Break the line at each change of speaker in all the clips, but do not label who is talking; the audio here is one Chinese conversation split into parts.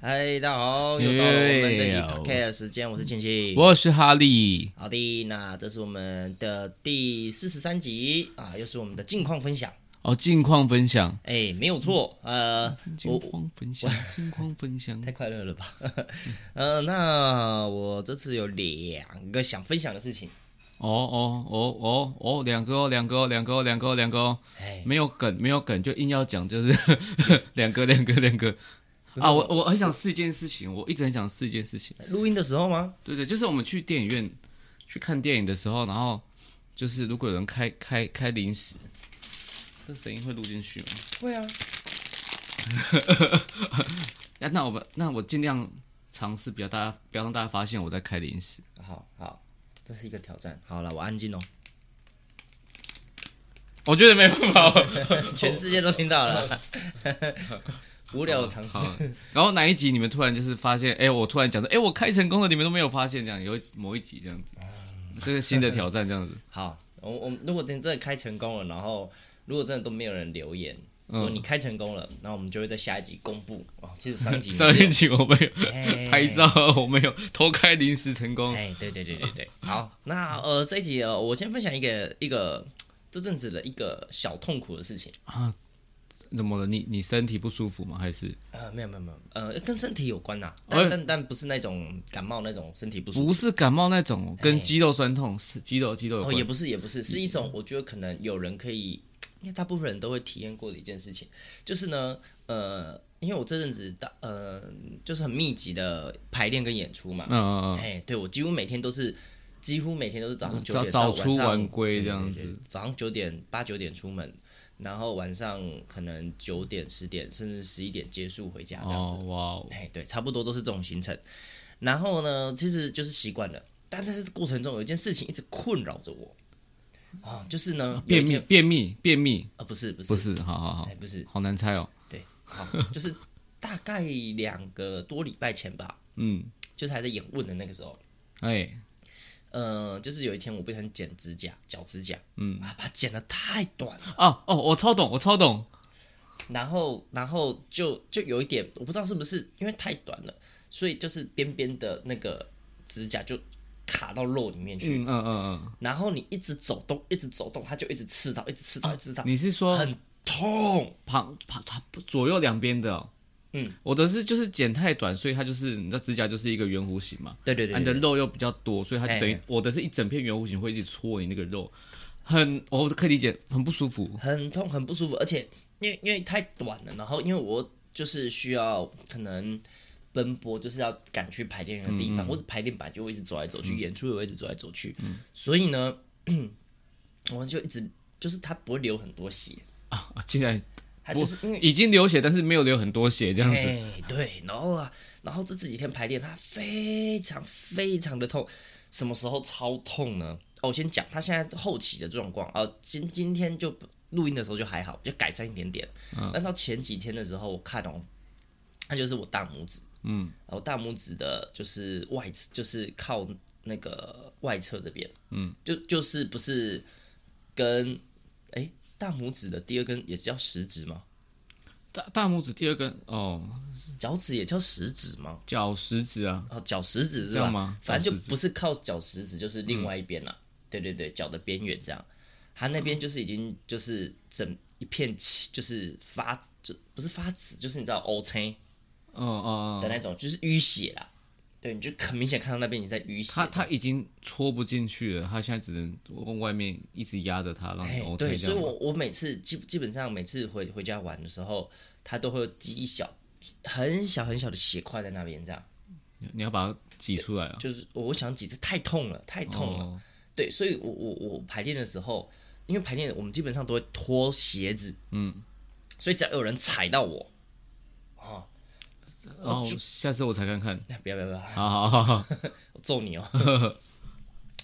嗨，大家好，又到了我们这期 PK 的时间，我是倩倩。
哎我是哈利，
好的，那这是我们的第四十三集啊，又是我们的近况分享。
哦，近况分享，
哎，没有错，呃，
近况分享，近况分享
太，快乐了吧？ 呃，那我这次有两个想分享的事情。
哦哦哦哦哦，两个哦，两个哦，两个哦，两个哦，两个哦，
哎，
没有梗，没有梗，就硬要讲，就是 两个，两个，两个啊！我我很想试一件事情，我一直很想试一件事情，
录音的时候吗？
对对，就是我们去电影院去看电影的时候，然后就是如果有人开开开零食，这声音会录进去吗？
会啊，
那、啊那我们那我尽量尝试，不要大家不要让大家发现我在开零食。
好好，这是一个挑战。好了，我安静哦，
我觉得没办法。
全世界都听到了。 无聊的尝试，
然后哪一集你们突然就是发现，哎、我突然讲说，哎、我开成功了，你们都没有发现，这样有一集某一集这样子，这个新的挑战这样子。
好，我我们如果真真的开成功了，然后如果真的都没有人留言
嗯
说你开成功了，那我们就会在下一集公布哦。其实上集
上一集我没
哎
有拍照，我没有偷开临时成功。
哎，对对对对对，好，那呃这一集呃，我先分享一个一个这阵子的一个小痛苦的事情。
啊怎么了？你你身体不舒服吗？还是
呃，没有没有没有，呃，跟身体有关呐、但、
哎
但但不是那种感冒那种身体不舒服，
不是感冒那种跟肌肉酸痛是肌肉肌肉有
哦，
关？
也不是，也不
嗯
是，是一种我觉得可能有人可以，应该大部分人都会体验过的一件事情，就是呢，呃，因为我这阵子大呃，就是很密集的排练跟演出嘛，
嗯嗯嗯，
哎、对我几乎每天都是，几乎每天都是早上九
早
点到
早
晚上
出晚归
对
这样
对对
子。
早上九点八九点出门，然后晚上可能九点十点甚至十一点结束回家这样子。
哦哇哦，
哎，对，差不多都是这种行程。然后呢，其实就是习惯了，但在这过程中有一件事情一直困扰着我啊，就是呢，有
便
一
秘
天
便秘便秘
啊，不是不是
不是，好好好
哎，不是，
好难猜哦。
对，好，就是大概两个多礼拜前吧，
嗯，
就是还在演问的那个时候，
哎
呃，就是有一天我不小心剪指甲，脚指甲，嗯，啊，把它剪的太短了，
哦哦，我超懂，我超懂。
然后然后就就有一点，我不知道是不是因为太短了，所以就是边边的那个指甲就卡到肉里面去，
嗯嗯嗯嗯。
然后你一直走动，一直走动，它就一直刺到，一直刺到，一直刺到，
你是说
很痛。
旁旁它左右两边的、哦？
嗯，
我的是就是剪太短，所以它就是你的指甲就是一个圆弧形嘛，
对对
啊你的肉又比较多，所以它就等于
哎
我的是一整片圆弧形会一直戳你那个肉，很我可以理解，很不舒服。
很痛，很不舒服，而且因为因为太短了，然后因为我就是需要可能奔波，就是要赶去排练那个地方，我排练本来就会一直走来走去，演出也会一直走来走去，所以呢， 我就一直就是它不会流很多血，
啊，竟然
它就是因为
已经流血，但是没有流很多血这样子。
哎，对，然后啊，然后这这几天排练，他非常非常的痛，什么时候超痛呢？哦，我先讲他现在后期的状况，哦，今今天就录音的时候就还好，就改善一点点。
嗯
但到前几天的时候，我看哦，那就是我大拇指，嗯，我大拇指的就是外侧，就是靠那个外侧这边，嗯，就就是不是跟哎大拇指的第二根也叫食指吗？
大大拇指第二根哦，
脚趾也叫食指吗？
脚食指啊，
哦，脚食指是
这
吧？
样吗
反正
脚
就
食
不是靠脚食指，就是另外一边啦。对对对，脚的边缘这样，他那边就是已经就是整一片起，就是发就不是发紫，就是你知道 O 青
哦哦
的
哦，
那种，就是淤血啦。对，你就很明显看到那边已经在淤血
它。它已经戳不进去了，它现在只能往外面一直压着它，让你
哎
OK
对，
这
所以
样吗。
我我每次基基本上每次回回家玩的时候，它都会有积一小很小很小的血块在那边，这样
你你要把它挤出来啊。
就是我想挤，这太痛了，太痛了。
哦
对，所以我我我排练的时候，因为排练我们基本上都会脱鞋子，嗯，所以只要有人踩到我，
然
哦
后下次我才看看。
哎不要不要不要，
好好好好，
我揍你 哦！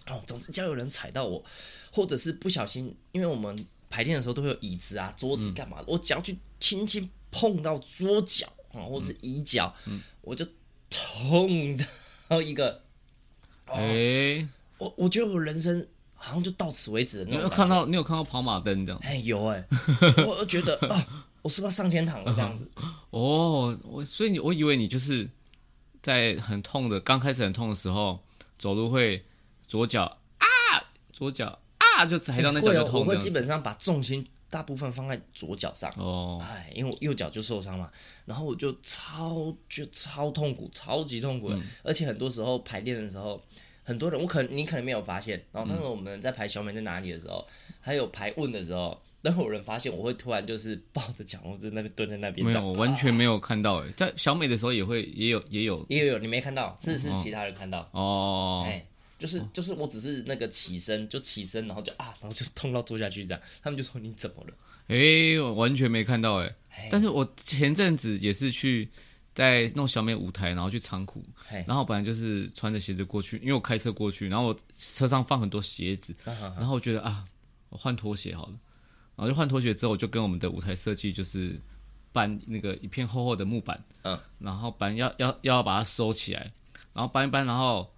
哦，总之只要有人踩到我，或者是不小心，因为我们排练的时候都会有椅子啊、桌
嗯
子干嘛的，我只要去轻轻碰到桌角啊、哦或
嗯
是椅角，我就痛到一个，哦
哎、
我我觉得我人生好像就到此为止的
你
那
有
种感
看
觉。
到你有看到跑马灯这样？
哎、有哎、我我觉得啊，我是不是要上天堂了这样子？
哦，我所以你我以为你就是在很痛的刚开始很痛的时候走路会左脚啊，左脚啊，就踩到那脚
会
就
哦，我
痛这
会
样
基
子。
本上把重心大部分放在左脚上。
哦，
哎，因为我右脚就受伤嘛，然后我就超就超痛苦，超级痛
嗯
苦的，而且很多时候排练的时候，很多人我可能你可能没有发现，
嗯
然后当时我们在排小美在哪里的时候，还有排问的时候，等会有人发现我会突然就是抱着脚，我在那边蹲在那边
没
这
有，
样，
我完全没有看到诶，在小美的时候也会也有也有
也有你没看到，是是其他人看到，
哦，
哎、就是就是我只是那个起身就起身，然后就啊，然后就痛到坐下去这样，他们就说你怎么了？
诶，我哎完全没看到诶。
哎
但是我前阵子也是去在弄小美舞台，然后去仓库
嘿，
然后我本来就是穿着鞋子过去，因为我开车过去，然后我车上放很多鞋子，然后我觉得啊，我换拖鞋好了，然后就换拖鞋之后，我就跟我们的舞台设计就是搬那个一片厚厚的木板，
嗯，
然后搬要要要把它收起来，然后搬一搬，然后。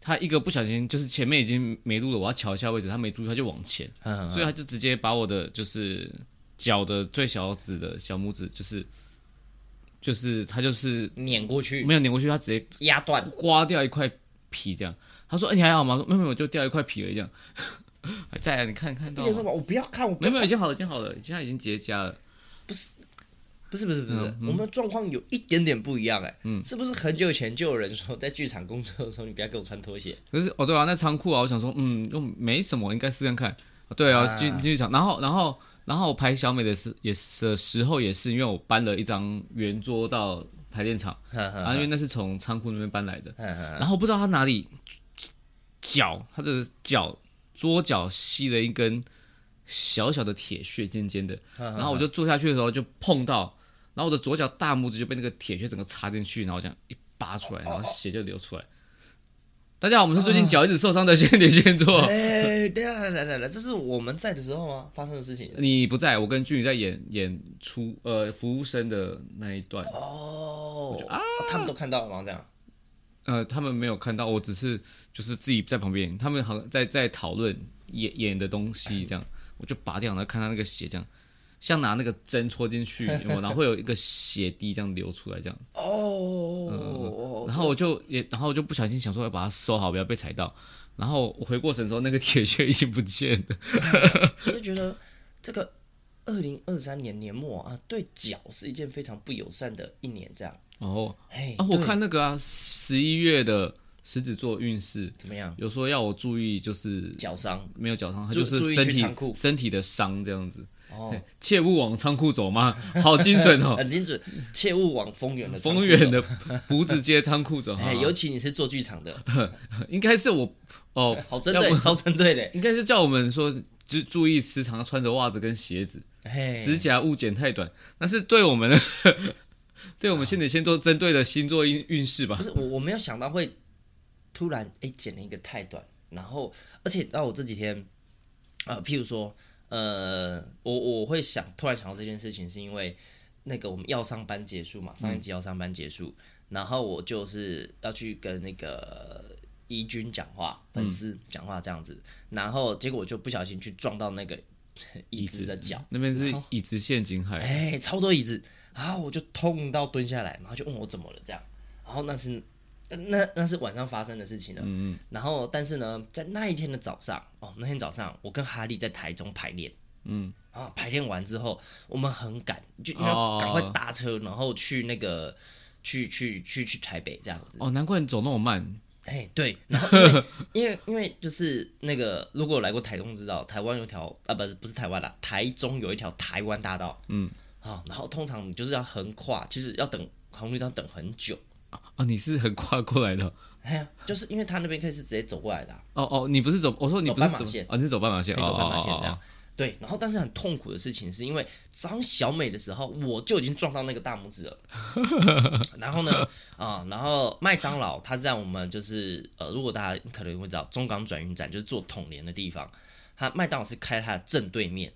他一个不小心，就是前面已经没路了，我要瞧一下位置，他没注意，他就往前，
嗯
所以他就直接把我的就是脚的最小指的小拇指，就是就是他就是
碾过去
没有碾过去，他直接
压断，
刮掉一块皮这样。他说：“哎、你还好吗？”我说：“没有没有，就掉一块皮而已。”这样， 在啊，你看看
一
到
点
吗
说吧，我不要看，我不要
没有没有，
看
已经好了，已经好了，现在已经结痂了。
不是不是不是，我们的状况有一点点不一样哎、是不是很久以前就有人说，在剧场工作的时候，你不要给我穿拖鞋？
可是哦，对啊，那仓库啊，我想说，嗯，又没什么，应该试看看。对
啊
啊，进进剧场，然后然后然后我排小美的时也是的时候也是，因为我搬了一张圆桌到排练场，啊，因为那是从仓库那边搬来的，然后不知道他哪里脚，他的脚桌角吸了一根小小的铁屑，尖尖的，然后我就坐下去的时候就碰到，然后我的左脚大拇指就被那个铁屑整个插进去，然后这样一拔出来，然后血就流出来。大家好，我们是最近脚一直受伤的现点现做。
哎、等一下等一下等一下等一下，这是我们在的时候吗？发生的事情？
你不在，我跟俊宇在演演出呃服务生的那一段，
哦，他们都看到了吗？这样
呃，他们没有看到，我只是就是自己在旁边，他们好像在在讨论演演的东西这样，我就拔掉，然后看他那个血这样，像拿那个针戳进去，有没有然后会有一个血滴这样流出来这样。
哦，
然后我就也，然后我就不小心想说要把它收好，不要被踩到。然后我回过神之后，那个铁屑已经不见了。
我就觉得这个二零二三年年末啊，对脚是一件非常不友善的一年，这样。
哦，
哎、
啊，我
对
看那个啊，十一月的狮子座运势
怎么样？
有说要我注意，就是
脚伤
没有脚伤，他
注
就是
注意去
身体
仓库
身体的伤这样子。
哦，
切勿往仓库走吗？好精准哦，
很精准，切勿往丰原的仓
丰
库
原
走。
的不直接仓库走，
哎、
哈
尤其你是做剧场的，
应该是我哦，
好针
要
对，
不
超针对的。
应该是叫我们说就注意时常穿着袜子跟鞋子，
哎，
指甲勿剪太短，那是对我们对我们现在先做针对的星座运运势吧
不。是我，我没有想到会突然哎剪了一个太短，然后而且到我这几天，呃，譬如说，呃，我我会想突然想到这件事情，是因为那个我们要上班结束嘛，上一集要上班结束，然后我就是要去跟那个一军讲话，粉丝讲话这样子，然后结果我就不小心去撞到那个 椅子的脚，
那边是椅子陷阱海，
哎、超多椅子，然后我就痛到蹲下来，然后就问嗯我怎么了这样，然后那是那那那是晚上发生的事情了，嗯嗯，然后但是呢，在那一天的早上，哦，那天早上我跟哈利在台中排练，嗯，啊，排练完之后我们很赶，就因为要赶快
哦
搭车，然后去那个去去去去台北这样子，
哦，难怪你走那么慢。
哎、对，然后因为因为因为就是那个，如果有来过台东知道，台湾有一条啊，不是不是台湾啦，台中有一条台湾大道，嗯，啊，然后通常你就是要横跨，其实要等红绿灯等很久，
哦，你是很跨过来的哦
哎呀，就是因为它那边可以是直接走过来的啊、
哦哦，你不是走，我说你不是
走斑马
走
线
哦，你是走斑马线，
可以走斑马线
哦哦哦
这样。对，然后但是很痛苦的事情是因为当小美的时候，我就已经撞到那个大拇指了。 然后呢，啊、然后麦当劳它在我们就是呃，如果大家可能会知道，中港转运站就是做统联的地方，它麦当劳是开它的正对面。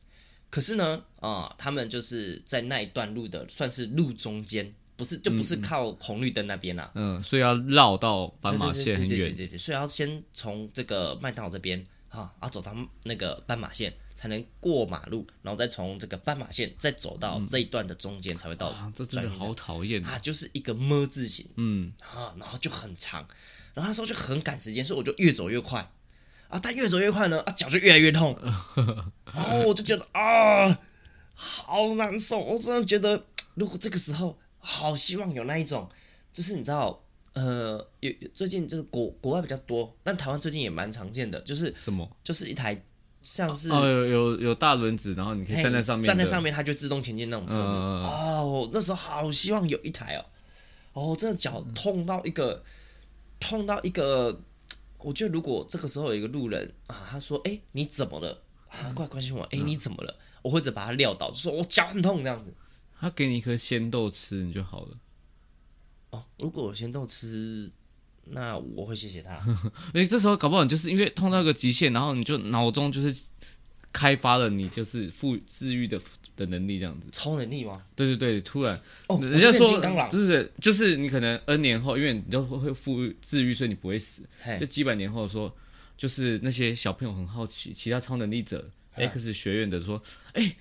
可是呢，啊、他们就是在那一段路的算是路中间，不是就不是靠红绿灯那边啦、
嗯，所以要绕到斑马
对对
线很
对对对
远。
对对，所以要先从这个麦当劳这边啊，啊走到那个斑马线，才才能过马路，然后再从这个斑马线再走到
嗯
这一段的中间才会到
啊，这真的好讨厌
啊，就是一个么字形，嗯啊，然后就很长，然后那时候就很赶时间，所以我就越走越快啊，但越走越快呢，啊脚就越来越痛，然后我就觉得啊，好难受，我真的觉得如果这个时候，好希望有那一种，就是你知道。呃，有最近这个国国外比较多，但台湾最近也蛮常见的，就是
什么？
就是一台像是
哦，有有有大轮子，然后你可以站在上面，
哎站在上面它就自动前进那种车子。
嗯
哦，那时候好希望有一台哦，哦，真的脚痛到一个，痛到一个，我觉得如果这个时候有一个路人啊，他说：“哎、你怎么了？”啊，过来关心我，哎、
嗯
你怎么了？我或者把他撂倒，就说我脚很痛这样子。
他给你一颗鲜豆吃，你就好了。
哦，如果我先动吃，那我会谢谢他。
所以这时候搞不好你就是因为痛到一个极限，然后你就脑中就是开发了你就是复治愈的的能力，这样子。
超能力吗？
对对对，突然
哦，
人家
我就变
说
金刚狼，
就是就是你可能 N 年后，因为你就会会复治愈，所以你不会死。
嘿
就几百年后说，就是那些小朋友很好奇，其他超能力者
啊
X 学院的说，哎、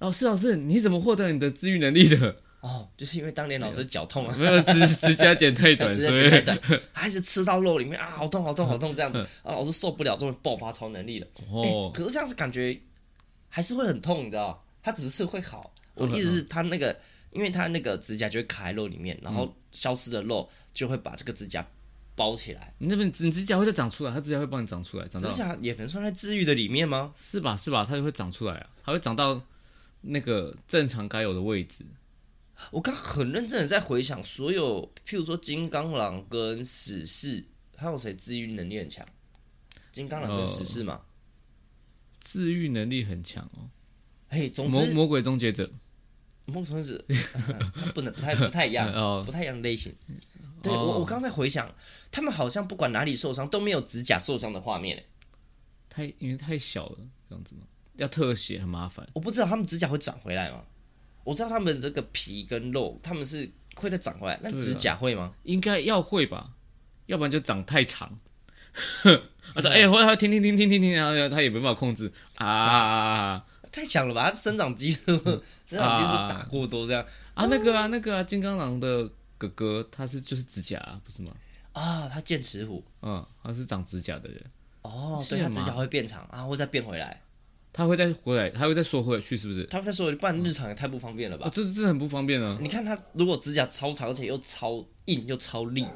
老师老师，你怎么获得你的治愈能力的？
哦，就是因为当年老师脚痛啊，
没有指指甲剪太 短，
直
所
接剪开
以
短， 还是吃到肉里面啊，好痛好痛好痛这样子，啊，老师受不了，终于爆发超能力了。
嗯哦，
可是这样子感觉还是会很痛，你知道？它只是会好。我的意思是，它那个，因为它那个指甲就会卡在肉里面，然
嗯
后消失的肉就会把这个指甲包起来。
你那边你指甲会再长出来，它指甲会帮你长出来，长
指
到
甲也能算在治愈的里面吗？
是吧是吧，它就会长出来啊，它会长到那个正常该有的位置。
我刚很认真的在回想所有，譬如说金刚狼跟死侍，还有谁治愈能力很强？金刚狼
呃
跟死侍嘛，
治愈能力很强哦，
嘿，总
魔
之
魔鬼终结者，
梦纯子 他不能不太不太一样
嗯，哦
不太一样类型。对
哦
我我刚才回想，他们好像不管哪里受伤都没有指甲受伤的画面欸，
太因为太小了，这样子嘛，要特写很麻烦。
我不知道他们指甲会长回来吗？我知道他们这个皮跟肉他们是会再长回来，那
对啊
指甲会吗？
应该要会吧，要不然就长太长。 他说：“哎、
嗯
后来他停停停停停停，然后他也没办法控制啊啊
太强了吧！他生长激素
嗯
生长激素打过多这样
啊！那个啊
哦
那个啊，金刚狼的哥哥他是就是指甲、啊、不是吗？
啊，他剑齿虎
嗯，他是长指甲的人，
哦，
是
对，他
吗
指甲会变长啊，会再变回来。
他会再回来，他会再缩回去，是不是？
他们说办日常也太不方便了吧
啊，？这这很不方便啊！
你看他如果指甲超长，而且又超硬又超利，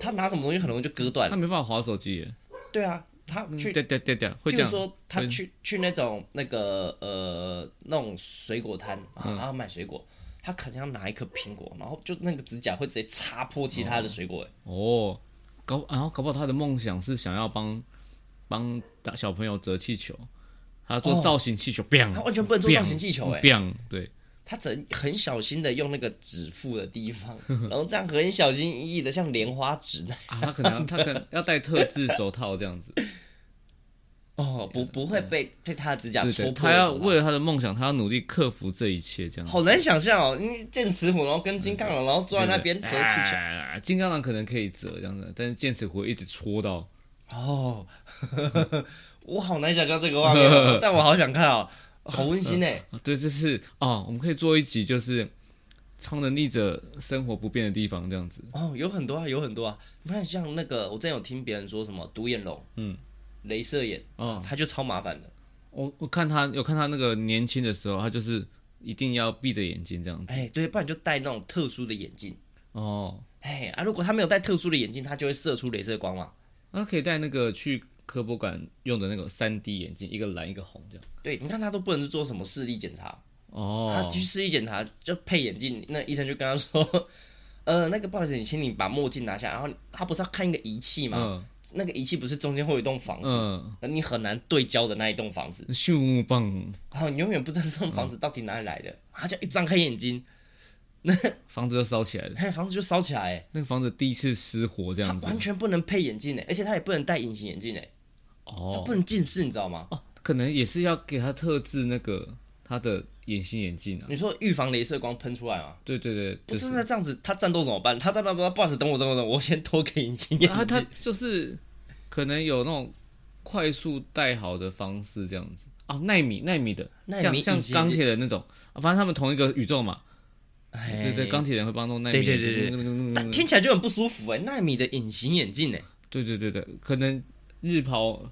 他拿什么东西很容易就割断
他。没办法划手机耶，
对啊，他去，
嗯对对对对，会
譬
这
如
样。
说他
会
去去那种那个呃那种水果摊啊，
嗯
然后买水果，他可能要拿一颗苹果，然后就那个指甲会直接插破其他的水果。欸
哦，搞然后搞不好他的梦想是想要帮帮大小朋友折气球，他做
哦
造型气球，biang，
他完全不能做造型气球哎，欸
biang，对，
他整很小心的用那个指腹的地方， 然后这样很小心翼翼的像莲花指那
啊，他可能要他可能要戴特制手套这样子，
哦，不不会被被他的指甲
啊对
啊戳
对，
破
他
的
要
手吗。
为了他的梦想，他要努力克服这一切这样子。
好难想象哦，因为剑齿虎，然后跟金刚狼，然后坐在那边折气球。
球，哎金刚狼可能可以折这样子，但是剑齿虎一直戳到，
哦，我好难想象这个画面哦，但我好想看哦，好温馨哎。
啊对，就是哦，我们可以做一集就是超能力者生活不变的地方这样子，
哦，有很多啊，有很多啊。你看，像那个，我之前有听别人说什么独眼龙，嗯，镭射眼，
哦，
它就超麻烦的。
我我看他有看他那个年轻的时候，他就是一定要闭着眼睛这样子。
哎，对，不然就戴那种特殊的眼镜。
哦，
哎啊，如果他没有戴特殊的眼镜，他就会射出镭射光嘛。
那可以戴那个去科博馆用的那个三 D 眼镜，一个蓝一个红这样。
对，你看他都不能做什么视力检查，他
哦，
去视力检查就配眼镜，那医生就跟他说， 呃，那个不好意思，你请你把墨镜拿下。然后他不是要看一个仪器吗？
嗯
那个仪器不是中间会有一栋房子，
嗯，
而你很难对焦的那一栋房子，
秀木棒，
然后你永远不知道这栋
嗯
房子到底哪里来的。他就一张开眼睛，
房子就烧起来了。
嘿，房子就烧起来、欸，
那个房子第一次失火这
他
样子。
完全不能配眼镜哎、而且他也不能戴隐形眼镜哎、他
哦
不能近视，你知道吗？
哦，可能也是要给他特制那个他的隐形眼镜啊。
你说预防镭射光喷出来吗？
对对对，
不
就是是
那这样子，他战斗怎么办？他战斗不不好意思，等我，等我，等我，我先脱个隐形眼
啊，
镜
他。就是可能有那种快速戴好的方式这样子。哦，纳米纳米的，
纳
像
米
像
以前
钢
是
铁人那种，啊反正他们同一个宇宙嘛。
哎
对对，钢铁人会帮弄纳米。
对对对
嗯
但听起来就很不舒服哎、纳米的隐形眼镜 哎、
对对对对，可能日抛，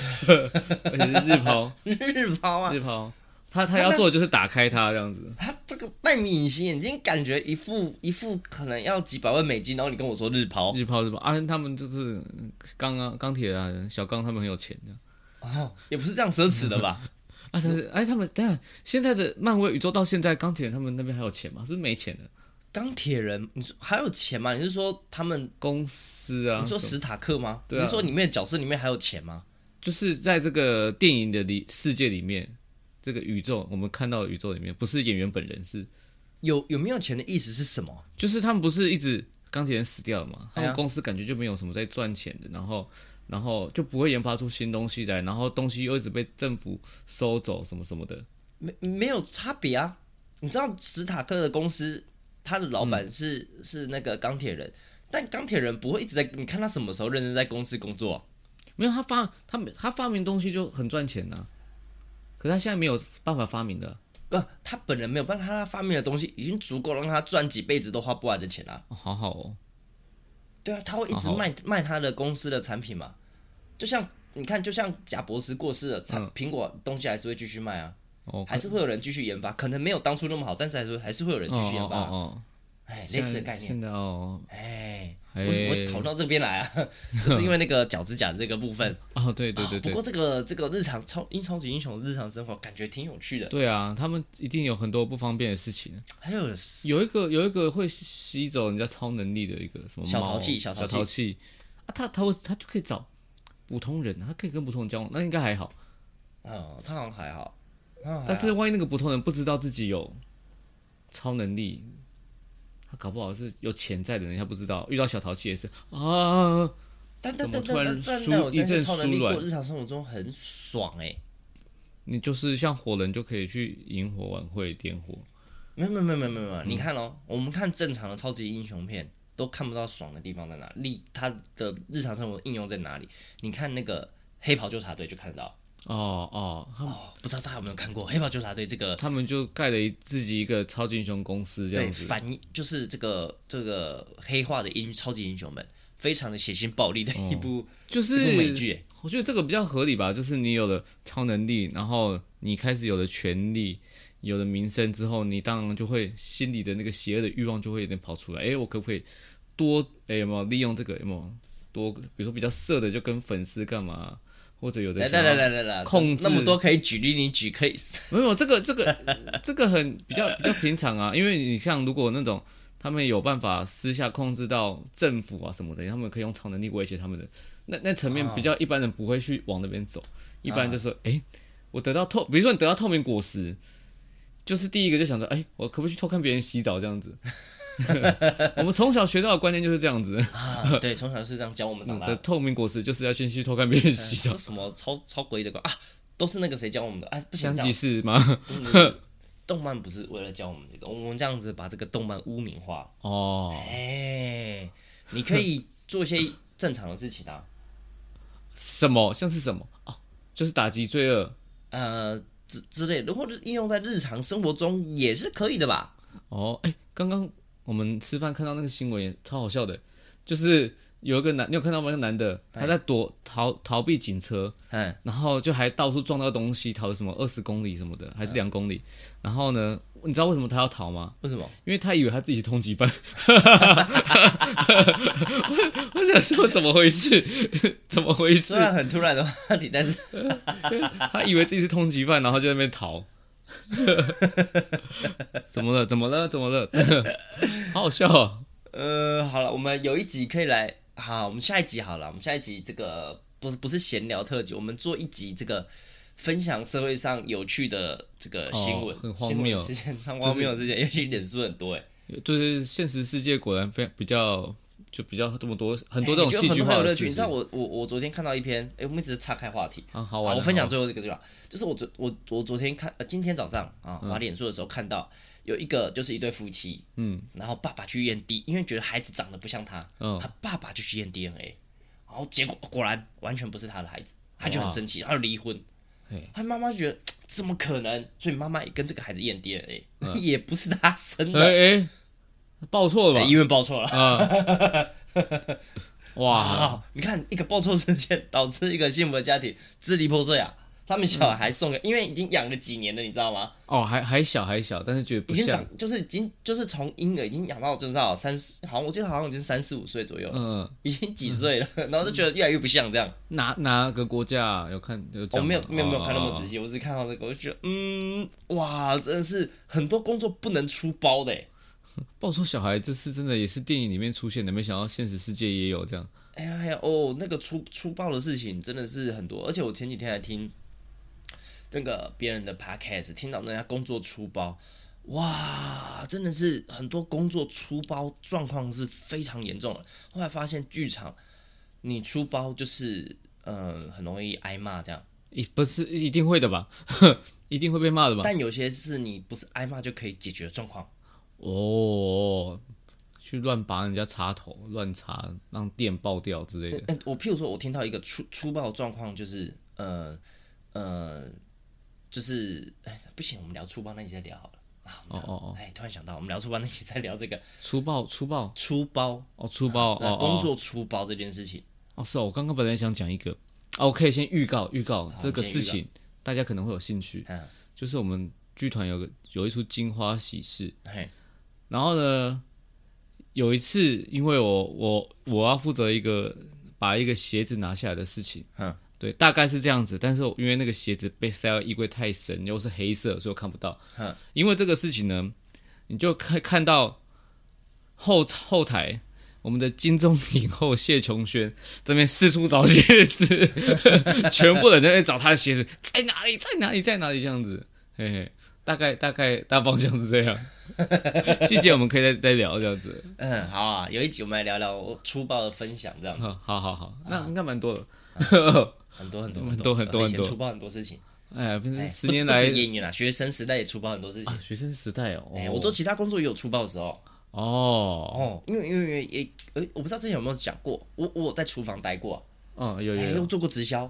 而且是日抛，
日抛啊，
日抛，他他要做的就是打开它这样子。
他这个纳米隐形眼镜感觉一副一副可能要几百万美金，然后你跟我说日抛，
日抛日抛啊，他们就是钢啊钢铁啊小钢他们很有钱的
哦，也不是这样奢侈的吧？
啊，但是哎他们等一下现在的漫威宇宙到现在钢铁人他们那边还有钱吗？是不是没钱了？
钢铁人，你说还有钱吗？你是说他们？
公司啊，
你说
什么
史塔克吗？
对啊
你是说里面的角色里面还有钱吗？
就是在这个电影的里世界里面，这个宇宙我们看到的宇宙里面，不是演员本人是，
有有没有钱的意思是什么？
就是他们不是一直钢铁人死掉了嘛，他
哎
们
呀
公司感觉就没有什么在赚钱的，然后然后就不会研发出新东西来，然后东西又一直被政府收走什么什么的，
没没有差别啊！你知道史塔克的公司，他的老
嗯
板是、是那个钢铁人，但钢铁人不会一直在，你看他什么时候认真在公司工作啊、
没有他发他们他发明东西就很赚钱呐、啊可是他现在没有办法发明的，
呃，他本人没有，但他发明的东西已经足够让他赚几辈子都花不完的钱啦、
哦、好好哦，
对啊，他会一直
哦好
卖卖他的公司的产品嘛，就像你看，就像贾博士过世了，产苹、果东西还是会继续卖啊，
嗯哦
还是会有人继续研发，可能没有当初那么好，但是还是会还是会有人继续
哦
研
哦
发啊，
哦，
哎，类似的
现在
概念，
现在哦
哎。
哎
我我讨论到这边来啊， 就是因为那个脚趾甲这个部分。
哦 对对对
啊不
对
过这个这个日常超英超级英雄的日常生活感觉挺有趣的。
对啊，他们一定有很多不方便的事情。啊
还有
有一个有一个会吸走人家超能力的一个什么
小
猫
淘气
小
小淘气
气啊，他他会他就可以找普通人，啊他可以跟普通人交往，那应该还好。
哦，他好像还好，啊他好像还好
但是万一那个普通人不知道自己有超能力，他搞不好是有潜在的人，他不知道。遇到小淘气也是啊，
但但
怎么
但
突然
但但
酥
但我真
一阵
是超能力
酥
过
软
日常生活中很爽哎、
你就是像火人就可以去萤火晚会点火，
没有没有没有没有没有
嗯
没有，你看哦，我们看正常的超级英雄片都看不到爽的地方在哪里，他的日常生活应用在哪里？你看那个黑袍纠察队就看得到
哦哦，他们
哦，不知道大家有没有看过黑袍纠察队这个
他们就盖了一自己一个超级英雄公司这
对，
样子。
反就是这个这个黑化的英超级英雄们，非常的血腥暴力的一部、
就
一
是
部美剧。
我觉得这个比较合理吧，就是你有了超能力，然后你开始有了权利，有了名声之后，你当然就会心里的那个邪恶的欲望就会有点跑出来。诶，我可不可以多诶，有没有利用这个有没有多，比如说比较色的就跟粉丝干嘛，或者有的
欸来
想要
来来来来来，
控制
那么多可以举例，你举 可以
没有没有这个这个 这个很比较比较平常啊，因为你像如果那种他们有办法私下控制到政府啊什么的，他们可以用超能力威胁他们的，那那层面比较一般人不会去往那边走，一般人就是诶，我得到透，比如说你得到透明果实，就是第一个就想着诶，我可不可以去偷看别人洗澡这样子？ 我们从小学到的观念就是这样子，
啊？对，从小是这样教我们长大
的
的。
透明果实就是要先去偷看别人洗澡
这，什么超超诡异的啊？都是那个谁教我们的啊？不行，
相
这
即
样
是吗？
动漫不是为了教我们这个，我们这样子把这个动漫污名化。
哦，
哎，你可以做一些正常的事情啊。
什么像是什么哦，就是打击罪恶。
呃。之之类的，如果是应用在日常生活中也是可以的吧？
哦，哎、刚刚我们吃饭看到那个新闻也超好笑的，就是有一个男，你有看到吗？那个男的他在躲逃逃避警车，
嗯，
然后就还到处撞到东西，逃了什么二十公里什么的，还是两公里。然后呢，你知道为什么他要逃吗？
为什么？
因为他以为他自己是通缉犯。 我我想说怎么回事？怎么回事
虽？然很突然的话题，但是
他以为自己是通缉犯，然后就在那边逃。怎么了？怎么了？怎么了？ 好好笑哦！
呃，好了，我们有一集可以来，好，我们下一集好了，我们下一集这个不是不是闲聊特辑，我们做一集这个分享社会上有趣的这个新闻、
哦很荒
新闻
谬
事件，上荒谬的事件，尤其脸书很多哎，
就是现实世界果然非比较就比较这么多很多这
我
种
觉得
戏
很
剧
多
化
很有乐
的事
趣。哎你知道
情。
我我我昨天看到一篇，哎、我们一直岔开话题，
啊，好玩
我
啊。
分享
好
最后这个对吧？就是我昨我我昨天看，呃，今天早上啊，滑脸书的时候看到有一个就是一对夫妻，嗯，然后爸爸去验 D，因为觉得孩子长得不像他，
嗯
他爸爸就去验 DNA，然后结果果然完全不是他的孩子，他就很生气，然后离婚，他妈妈就觉得怎么可能，所以妈妈也跟这个孩子验 DNA，、也 不是他生
嗯哎
的，
哎，报错了
哎
吧
医？院报错了。
哇，
啊！你看一个报仇事件导致一个幸福的家庭支离破碎啊！他们小孩送给，因为已经养了几年了，你知道吗？
哦，还还小还小，但是觉得不
已经
像
长，就是已经就是从婴儿已经养到就是少三十，好像我记得好像已经三四五岁左右了，
嗯，
已经几岁了， 然后就觉得越来越不像这样。
哪哪个国家啊有看有
我
讲吗？
哦
哦
没有没有没有看那么仔
细。
细，我只是看到这个，我就觉得嗯，哇，真的是很多工作不能出包的欸。
暴走哦小孩这次真的也是电影里面出现的，没想到现实世界也有这样。
哎呀哎呀哦，那个粗粗暴的事情真的是很多，而且我前几天还听这个别人的 podcast，听到人家工作粗暴，哇，真的是很多工作粗暴状况是非常严重的。后来发现剧场你粗暴就是呃很容易挨骂这样，
一不是一定会的吧？ 一定会被骂的吧？
但有些是你不是挨骂就可以解决的状况。
哦，去乱拔人家插头，乱插让电爆掉之类的。
嗯，我譬如说，我听到一个粗粗暴的状况，就是呃呃，就是哎，不行，我们聊粗暴那集再聊好了。啊，我们聊
哦哦哦
哎，突然想到，我们聊粗暴那集再聊这个
粗暴粗暴
粗包，
哦，粗暴
呃
哦
工
哦
作粗包这件事情。
哦是哦，我刚刚本来想讲一个哦，我可以先预告预告这个
先预
事情，大家可能会有兴趣
嗯。
就是我们剧团有个有一出《金花喜事》，
嘿，
然后呢，有一次因为我我我要负责一个把一个鞋子拿下来的事情，
嗯，
对，大概是这样子。但是我因为那个鞋子被塞到衣柜太深，又是黑色，所以我看不到。
嗯，
因为这个事情呢，你就看看到后后台。我们的金钟影后谢琼轩这边四处找鞋子， 全部人都在找她的鞋子在哪里，在哪里，在哪里这样子，嘿嘿，大概大概大方向是这样。 细节我们可以再再聊这样子。
嗯，好啊，有一集我们来聊聊我粗暴的分享，这样
好好好好，
啊
那应该蛮多的。
很多很多
很多很多
以前
很多
粗暴很多事情。
哎，不是
哎
十
不止
年
不止
来
演员啊，学生时代也粗暴很多事情
啊，。学生时代哦，
哎，我做其他工作也有粗暴的时候。
哦，
哦，因为因为因为也呃，我不知道之前有没有讲过，我我有在厨房待过啊，
嗯，有
哎
有
又
有，
做过直销。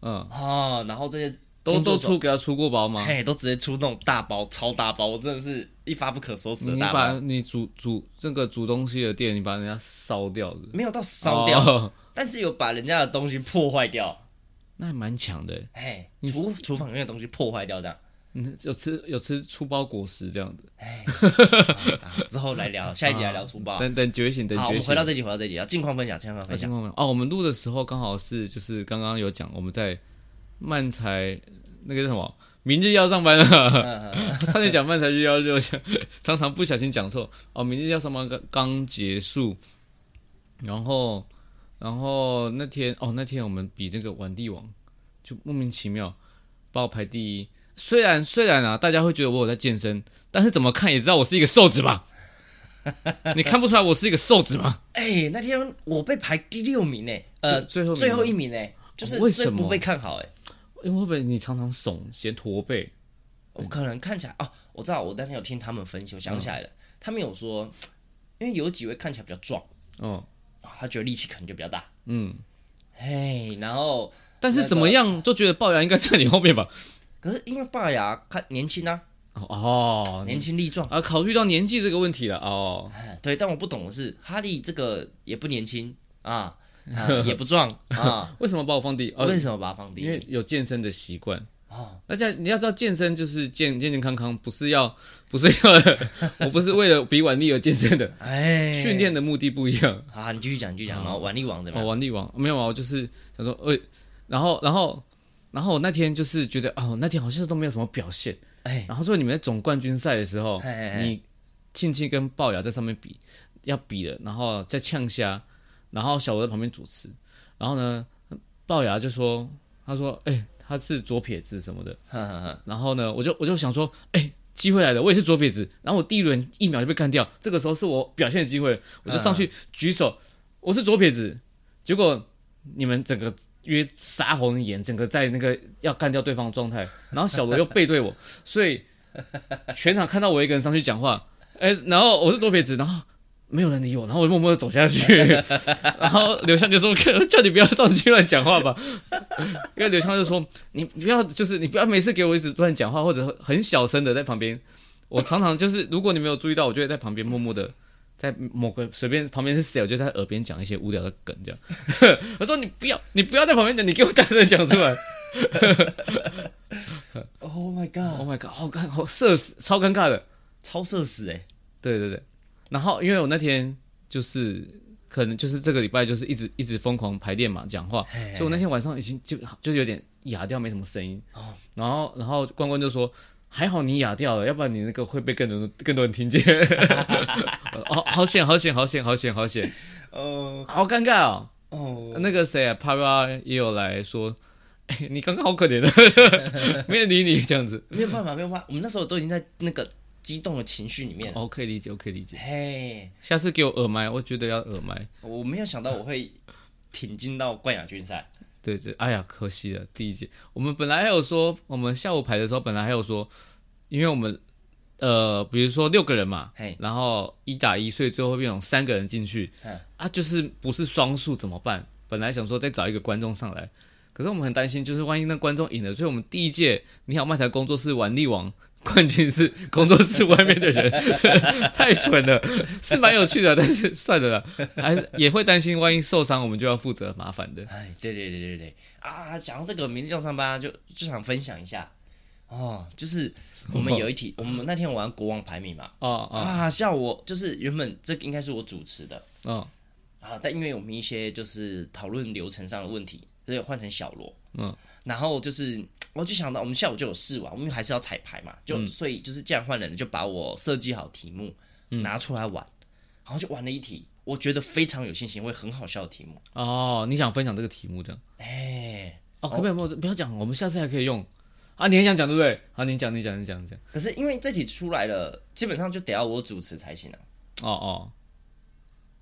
嗯，
哦，然后这些
都
工作
都
手，
出给他出过包吗？
嘿，都直接出那种大包、超大包，我真的是一发不可收拾的
你
大
把
包，
你煮煮这个煮东西的店，你把人家烧掉的，
没有到烧掉，
哦
但是有把人家的东西破坏掉，
那还蛮强的。欸
哎，厨厨房里面的东西破坏掉这样。
嗯，有吃有吃出包果实这样的。
啊之后来聊，下一集来聊粗暴。
啊等等觉醒，等
好，我
觉
们回
醒
到。这集，回到这集，要近况分享，近况
啊
分
情
享。
况没有哦，我们录的时候刚好是就是刚刚有讲我们在漫才那个叫什么，明日要上班
嗯
了，差点讲漫才日要就想常常不小心讲错哦，明日要上班刚刚结束，然后然后那天哦那天我们比那个玩帝王就莫名其妙把我排第一。虽然虽然啊，大家会觉得我有在健身，但是怎么看也知道我是一个瘦子吧？你看不出来我是一个瘦子吗？
哎，那天我被排第六名呢，呃，
最最后
最后
名
一名呢，就是
为
最
什么
不被看好哎。
因为会不会你常常耸嫌驼背？
我可能看起来哦，我知道，我那天有听他们分析，我
嗯
想起来了，他们有说，因为有几位看起来比较壮。
哦，
啊他觉得力气可能就比较大。
嗯，
嘿，然后
但是怎么样就觉得龅牙应该在你后面 吧？
可是因为龅牙，看年轻啊，
哦，
年轻力壮。
啊，考虑到年纪这个问题了哦。
哎对，但我不懂的是，哈利这个也不年轻啊， 啊也不壮啊，
为什么把我放第一？哦
为，什么把它放低？
因为有健身的习惯。
哦，
大家你要知道，健身就是健健健康康，不是要 不是要，我不是为了比腕力而健 身的，
哎，
训练的目的不一样。
啊，你继续讲，你继续讲，然后玩力王怎么
哦，
样？
玩力王没有啊，我就是想说，呃、然后然后然后我那天就是觉得，哦，那天好像都没有什么表现。
哎，
然后说你们在总冠军赛的时候
嘿嘿，嘿
你庆庆跟龅牙在上面比，要比了，然后再呛虾，然后小罗在旁边主持，然后呢，龅牙就说，他说，哎、他是左撇子什么的，
呵呵呵，
然后呢，我就我就想说，哎、机会来了，我也是左撇子，然后我第一轮一秒就被干掉，这个时候是我表现的机会，我就上去举手，我是左撇子，结果你们整个约杀红了眼，整个在那个要干掉对方的状态，然后小罗又背对我，所以全场看到我一个人上去讲话，哎、然后我是左撇子，然后没有人理我，然后我就默默的走下去，然后刘翔就说：“ 叫你不要上去乱讲话吧。”因为刘翔就说：“你不要，就是你不要每次给我一直乱讲话，或者很小声的在旁边。我常常就是，如果你没有注意到，我就会在旁边默默的，在某个随便旁边是谁，我就在他耳边讲一些无聊的梗，这样。 我说你不要，你不要在旁边讲，你给我大声讲出来。
Oh my
Oh
god，
my god，好尴，好社死，超尴尬的。
超社死哎、
对对对，然后因为我那天就是可能就是这个礼拜就是一直一直疯狂排练嘛，讲话，所以我那天晚上已经就就有点哑掉，没什么声音。
哦
然后然后关关就说。还好你哑掉了，要不然你那个会被更多更多人听见。哦，好险，好险，好险，好险，好险，
哦
好尴尬哦。
哦，
那个谁啊，Para 也有来说，哎、你刚刚好可怜的， 没人理你这样子。
没有办法，没有办法，我们那时候都已经在那个激动的情绪里面了。
哦，可以理解，我可以理解。
嘿，
下次给我耳麦，我觉得要耳麦。
我没有想到我会挺进到冠亚军赛。
对对，哎呀，可惜了，第一届我们本来还有说，我们下午排的时候本来还有说，因为我们呃，比如说六个人嘛
嘿，
然后一打一，所以最后变成三个人进去
嗯，
啊，就是不是双数怎么办？本来想说再找一个观众上来，可是我们很担心，就是万一那观众赢了，所以我们第一届你好漫才工作室玩力王冠军是 工作室外面的人， 太蠢了，是蛮有趣的，但是算了啦，还是也会担心万一受伤，我们就要负责麻烦的。
哎，对对对对对啊！讲到这个明日叫上班，就就想分享一下哦，就是我们有一题，我们那天玩国王排名嘛，
哦哦
啊，下午我就是原本这个应该是我主持的
哦，
啊，但因为我们一些就是讨论流程上的问题，所以换成小罗，
嗯，
然后就是。我就想到，我们下午就有试玩，我们还是要彩排嘛，就、所以就是这样换人了，就把我设计好题目、拿出来玩，然后就玩了一题，我觉得非常有信心，会很好笑的题目。
哦，你想分享这个题目这样？
哎、
哦，可不可以不要不要讲，我们下次还可以用啊。你很想讲对不对？好，你讲，你讲，你讲，你讲。
可是因为这题出来了，基本上就得要我主持才行啊。
哦哦，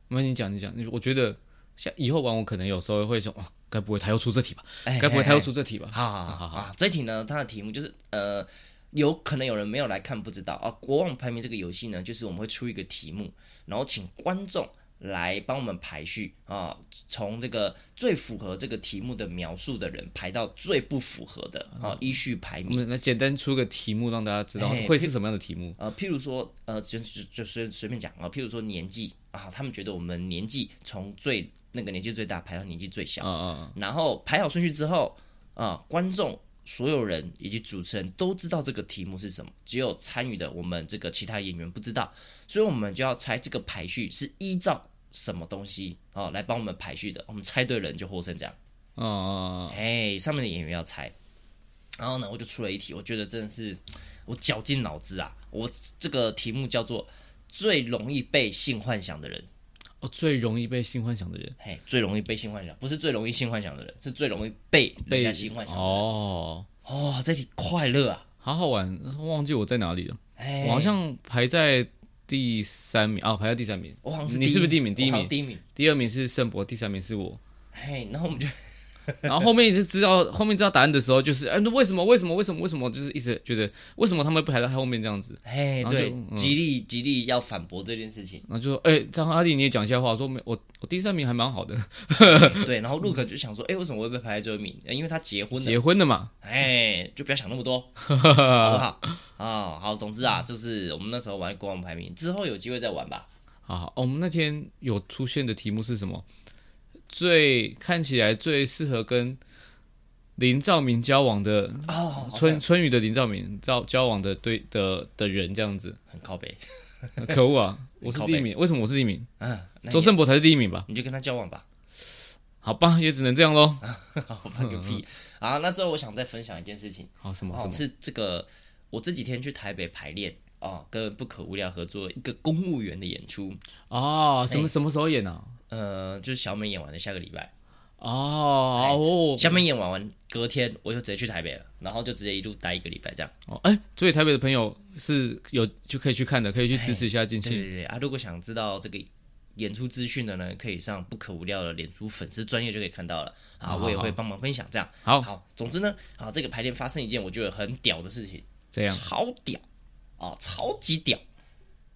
那你讲，你讲。你我觉得像以后玩，我可能有时候会想，哦，该不会他又出这题吧？
哎
该不会他又
哎啊
出这题吧？
好好好好好，这题呢，它的题目就是呃，有可能有人没有来看不知道啊。国王排名这个游戏呢，就是我们会出一个题目，然后请观众来帮我们排序啊，从这个最符合这个题目的描述的人排到最不符合的啊，依序排
我
名。
们来简单出个题目，让大家知道
哎
会是什么样的题目。
呃，譬如说，呃，就就就随随便讲啊，譬如说年纪啊，他们觉得我们年纪从最那个年纪最大排到年纪最小
啊，啊
然后排好顺序之后，啊、观众、所有人以及主持人都知道这个题目是什么，只有参与的我们这个其他演员不知道，所以我们就要猜这个排序是依照什么东西啊、哦来帮我们排序的，我们猜对人就获胜这样。
啊啊！
哎，上面的演员要猜。然后呢，我就出了一题，我觉得真的是我绞尽脑汁啊！我这个题目叫做“最容易被性幻想的人
哦，最容易被性幻想的人”，，
嘿，最容易被性幻想，不是最容易性幻想的人，是最容易被人家性幻想的人
哦，
哦，这题快乐啊！
好好玩，忘记我在哪里了。
哎，
我好像排在第三名啊，排在第三名。
我好像是
你是不是第一名
我
第一名
好像第一名。
第二名是盛博，第三名是我。
嘿，然后我们就
然后后面就知道 后面知道答案的时候，就是哎，那为什么为什么为什么为什么，就是一直觉得为什么他们不排到后面这样子。
嘿，
然后就
哎对，
嗯
极力极力要反驳这件事情。
然后就说，哎、张阿弟你也讲一下话，说没我我第三名还蛮好的，
对，然后陆可就想说，哎，为什么我会被排在最后一名？哎因为他结婚了。
结婚了嘛，
哎，就不要想那么多，好不好？哦，好，总之啊，就是我们那时候玩国王排名，之后有机会再玩吧。
好好、哦我们那天有出现的题目是什么？最看起来最适合跟林兆明交往的
哦，好
啊春春雨的林兆明交交往的对的的人这样子，
很靠北，
可恶啊！ 我是
靠
第
背
一名，为什么我是第一名？
嗯，那
周
你
胜博才是第一名吧？
你就跟他交往吧，
好吧，也只能这样喽。
好放个
嗯
屁啊！那最后我想再分享一件事情。
好，什么什
哦，
么？
是这个，我这几天去台北排练哦，跟不可无聊合作一个公务员的演出，
哦，什么什么时候演啊？
呃，就是小美演完了，下个礼拜，哎
哦
小美演完完隔天我就直接去台北了，然后就直接一路待一个礼拜这样。
哦哦，哎，所以台北的朋友是有就可以去看的，可以去支持一下进
对
去。
对对啊，如果想知道这个。演出资讯的呢，可以上不可无聊的脸书粉丝专业就可以看到了啊，
好好
我也会
好哦
帮忙分享这样。
好，
好，总之呢，啊，这个排练发生一件我觉得很屌的事情，
这样
超屌啊，超级屌！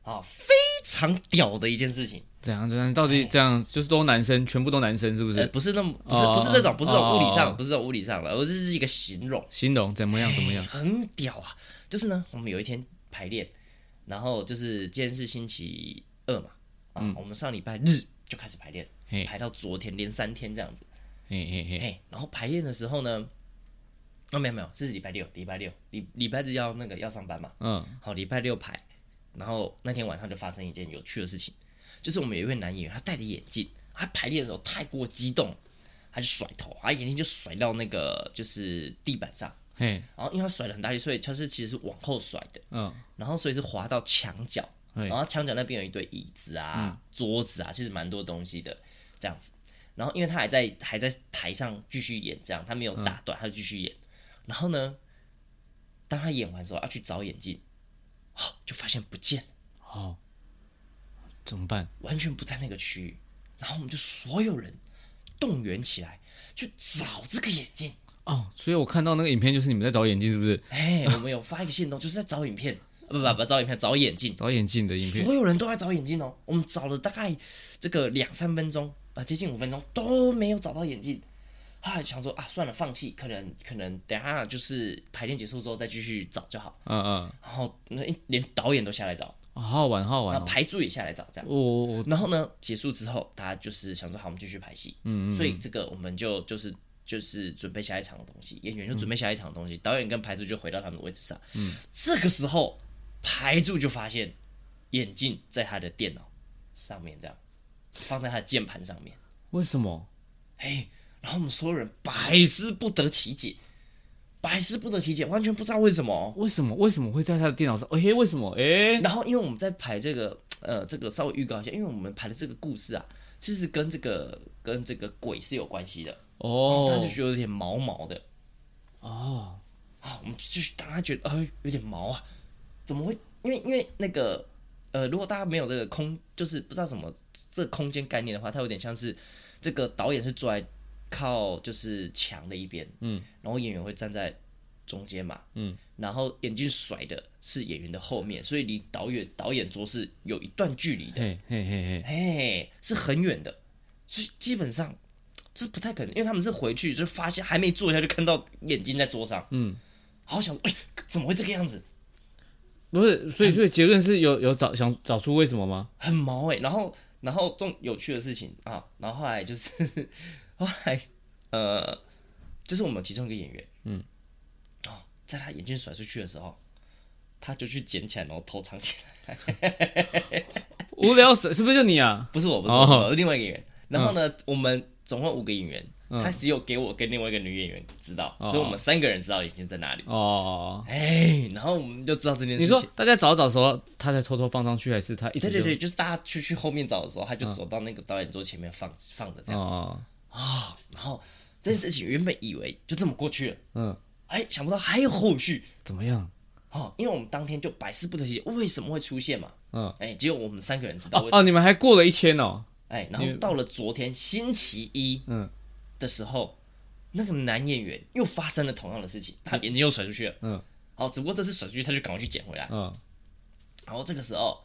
啊，非常屌的一件事情。
怎样？怎样？到底这样？就是都男生，全部都男生，是不
哎呃，
是？
不是那么，不是不是这种，不是这种物理
哦
上，不是这种物理上的，而是一个形容。
形容怎么样？怎么样？
很屌啊！就是呢，我们有一天排练，然后就是今天是星期二嘛，啊，我们上礼拜日就开始排练，
嗯嘿，
排到昨天，连三天这样子。
嘿嘿嘿，
哎，然后排练的时候呢，哦，没有没有，这是礼拜六，礼拜六，礼礼拜日要那个要上班嘛，
嗯，
好，礼拜六排，然后那天晚上就发生一件有趣的事情，就是我们有一位男演员，他戴着眼镜，他排练的时候太过激动了，他就甩头，他眼睛就甩到那个就是地板上。
嘿，
然后因为他甩了很大力，所以他是其实是往后甩的，
嗯，
然后所以是滑到墙角，
嘿
然后墙角那边有一堆椅子啊、桌子啊，其实蛮多东西的这样子。然后因为他还在还在台上继续演，这样他没有打断，他就继续演。然后呢，当他演完之后要去找眼镜，哦，就发现不见了，
哦，怎么办？
完全不在那个区域。然后我们就所有人动员起来去找这个眼镜。
哦，所以我看到那个影片就是你们在找眼镜，是不是？
哎，我们有发一个线动，就是在找影片，呃不不不，找影片，找眼镜。
找眼镜的影片，
所有人都在找眼镜哦。我们找了大概这个两三分钟啊、接近五分钟都没有找到眼镜。后来想说啊，算了，放弃，可能可能等一下就是排练结束之后再继续找就好。
嗯嗯，
然后那连导演都下来找，
哦好好玩，好好玩
然
哦
后。排助也下来找，这样。
我我我，
然后呢，结束之后，大家就是想说好，我们继续排戏。嗯所以这个我们就就是就是准备下一场的东西，演员就准备下一场的东西，导演跟排助就回到他们的位置上。嗯。这个时候，排助就发现眼镜在他的电脑上面，这样放在他的键盘上面。
为什么？
哎，然后我们所有人百思不得其解，百思不得其解，完全不知道为什么哦、
为什么？为什么会在他的电脑上？哎、为什么？哎、
然后因为我们在排这个呃这个稍微预告一下，因为我们排的这个故事啊，其实跟这个跟这个鬼是有关系的，他
哦
就觉得有点毛毛的
哦，
啊，我们就是当他觉得哎、有点毛啊，怎么会？因为因为那个呃，如果大家没有这个空，就是不知道什么这个空间概念的话，它有点像是这个导演是坐在靠就是墙的一边，嗯，然后演员会站在中间嘛，嗯，然后眼镜甩的是演员的后面，所以离导演导演桌是有一段距离的，
嘿嘿嘿嘿，
哎，是很远的，所以基本上这不太可能，因为他们是回去就发现还没坐下就看到眼睛在桌上，嗯，好想说，哎、怎么会这个样子？
不是，所以所以结论是有有找想找出为什么吗？
很毛哎、然后然后重有趣的事情啊，然后后来就是 后来呃，就是我们其中一个演员，嗯，哦，在他眼镜甩出去的时候，他就去捡起来，然后偷藏起来。
无聊死，是不是就你啊？
不是我，不是我，不是我是另外一个演员。然后
嗯
呢，我们总共五个演员，他只有给我跟另外一个女演员知道，所以我们三个人知道眼睛在哪里。
哦，
哎，然后我们就知道这件
你
事
说
情。
大家找一找的时候，他才偷偷放上去，还是他一直
对
就
对对，就是大家去去后面找的时候，他就走到那个导演桌前面放放着这样子。啊
哦，
然后这件事情原本以为就这么过去了，
嗯，
哎，想不到还有后续
怎么样？
哦，因为我们当天就百思不得其解为什么会出现嘛，
嗯，
哎，只有我们三个人知道
哦
为什么，
哦，你们还过了一天哦，
哎，然后到了昨天星期一，
嗯，
的时候，那个男演员又发生了同样的事情，他眼睛又甩出去了，
嗯，
好，只不过这次甩出去他就赶快去捡回来，
嗯，
然后这个时候，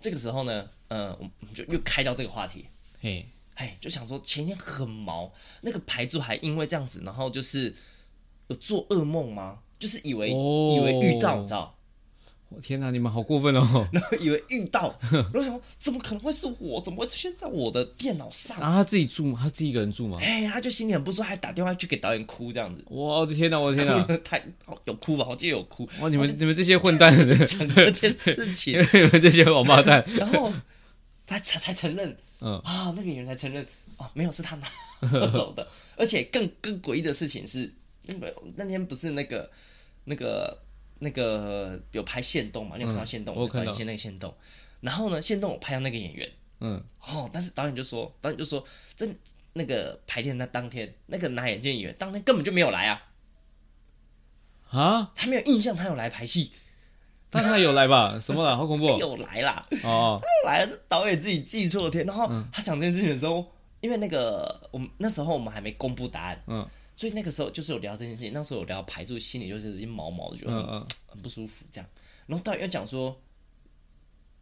这个时候呢，呃，我们就又开到这个话题，
嘿，
哎，就想说前天很毛，那个牌柱还因为这样子，然后就是有做噩梦吗？就是以为、
哦
以为遇到，你知道，
我天哪，你们好过分 哦！
然后以为遇到，然后想说怎么可能会是我？怎么会出现在我的电脑上？
然后啊他自己住吗？他自己一个人住吗？
哎，他就心里很不舒服，还打电话去给导演哭这样子，
哇我的天哪，我的 天
哭
哪！
了他有哭吧？我记得有哭，
哇，你们你们这些混蛋，你们
讲这 件事情，
这些王八蛋，
然后他才才承认，
嗯
啊，那个演员才承认，啊，没有是他拿 走的，而且更更诡异的事情是，那个那天不是那个那个那个有拍线动嘛？你有看到线动？
嗯我有
找
看
一
到
些那个线动，然后呢，线动我拍到那个演员，
嗯，
哦，但是导演就说，导演就说，这那个排练那当天，那个拿眼镜演员当天根本就没有来啊，
啊，
他没有印象他有来排戏，
但他有来吧？什么啦？好恐怖
没
哦
有来啦。
哦！
来了是导演自己记错天，然后
嗯
他讲这件事情的时候，因为那个我们那时候我们还没公布答案，
嗯
所以那个时候就是有聊这件事情，那时候有聊排住，心里就是已经毛毛的，觉得
嗯
很
嗯，
很不舒服这样。然后导演又讲说，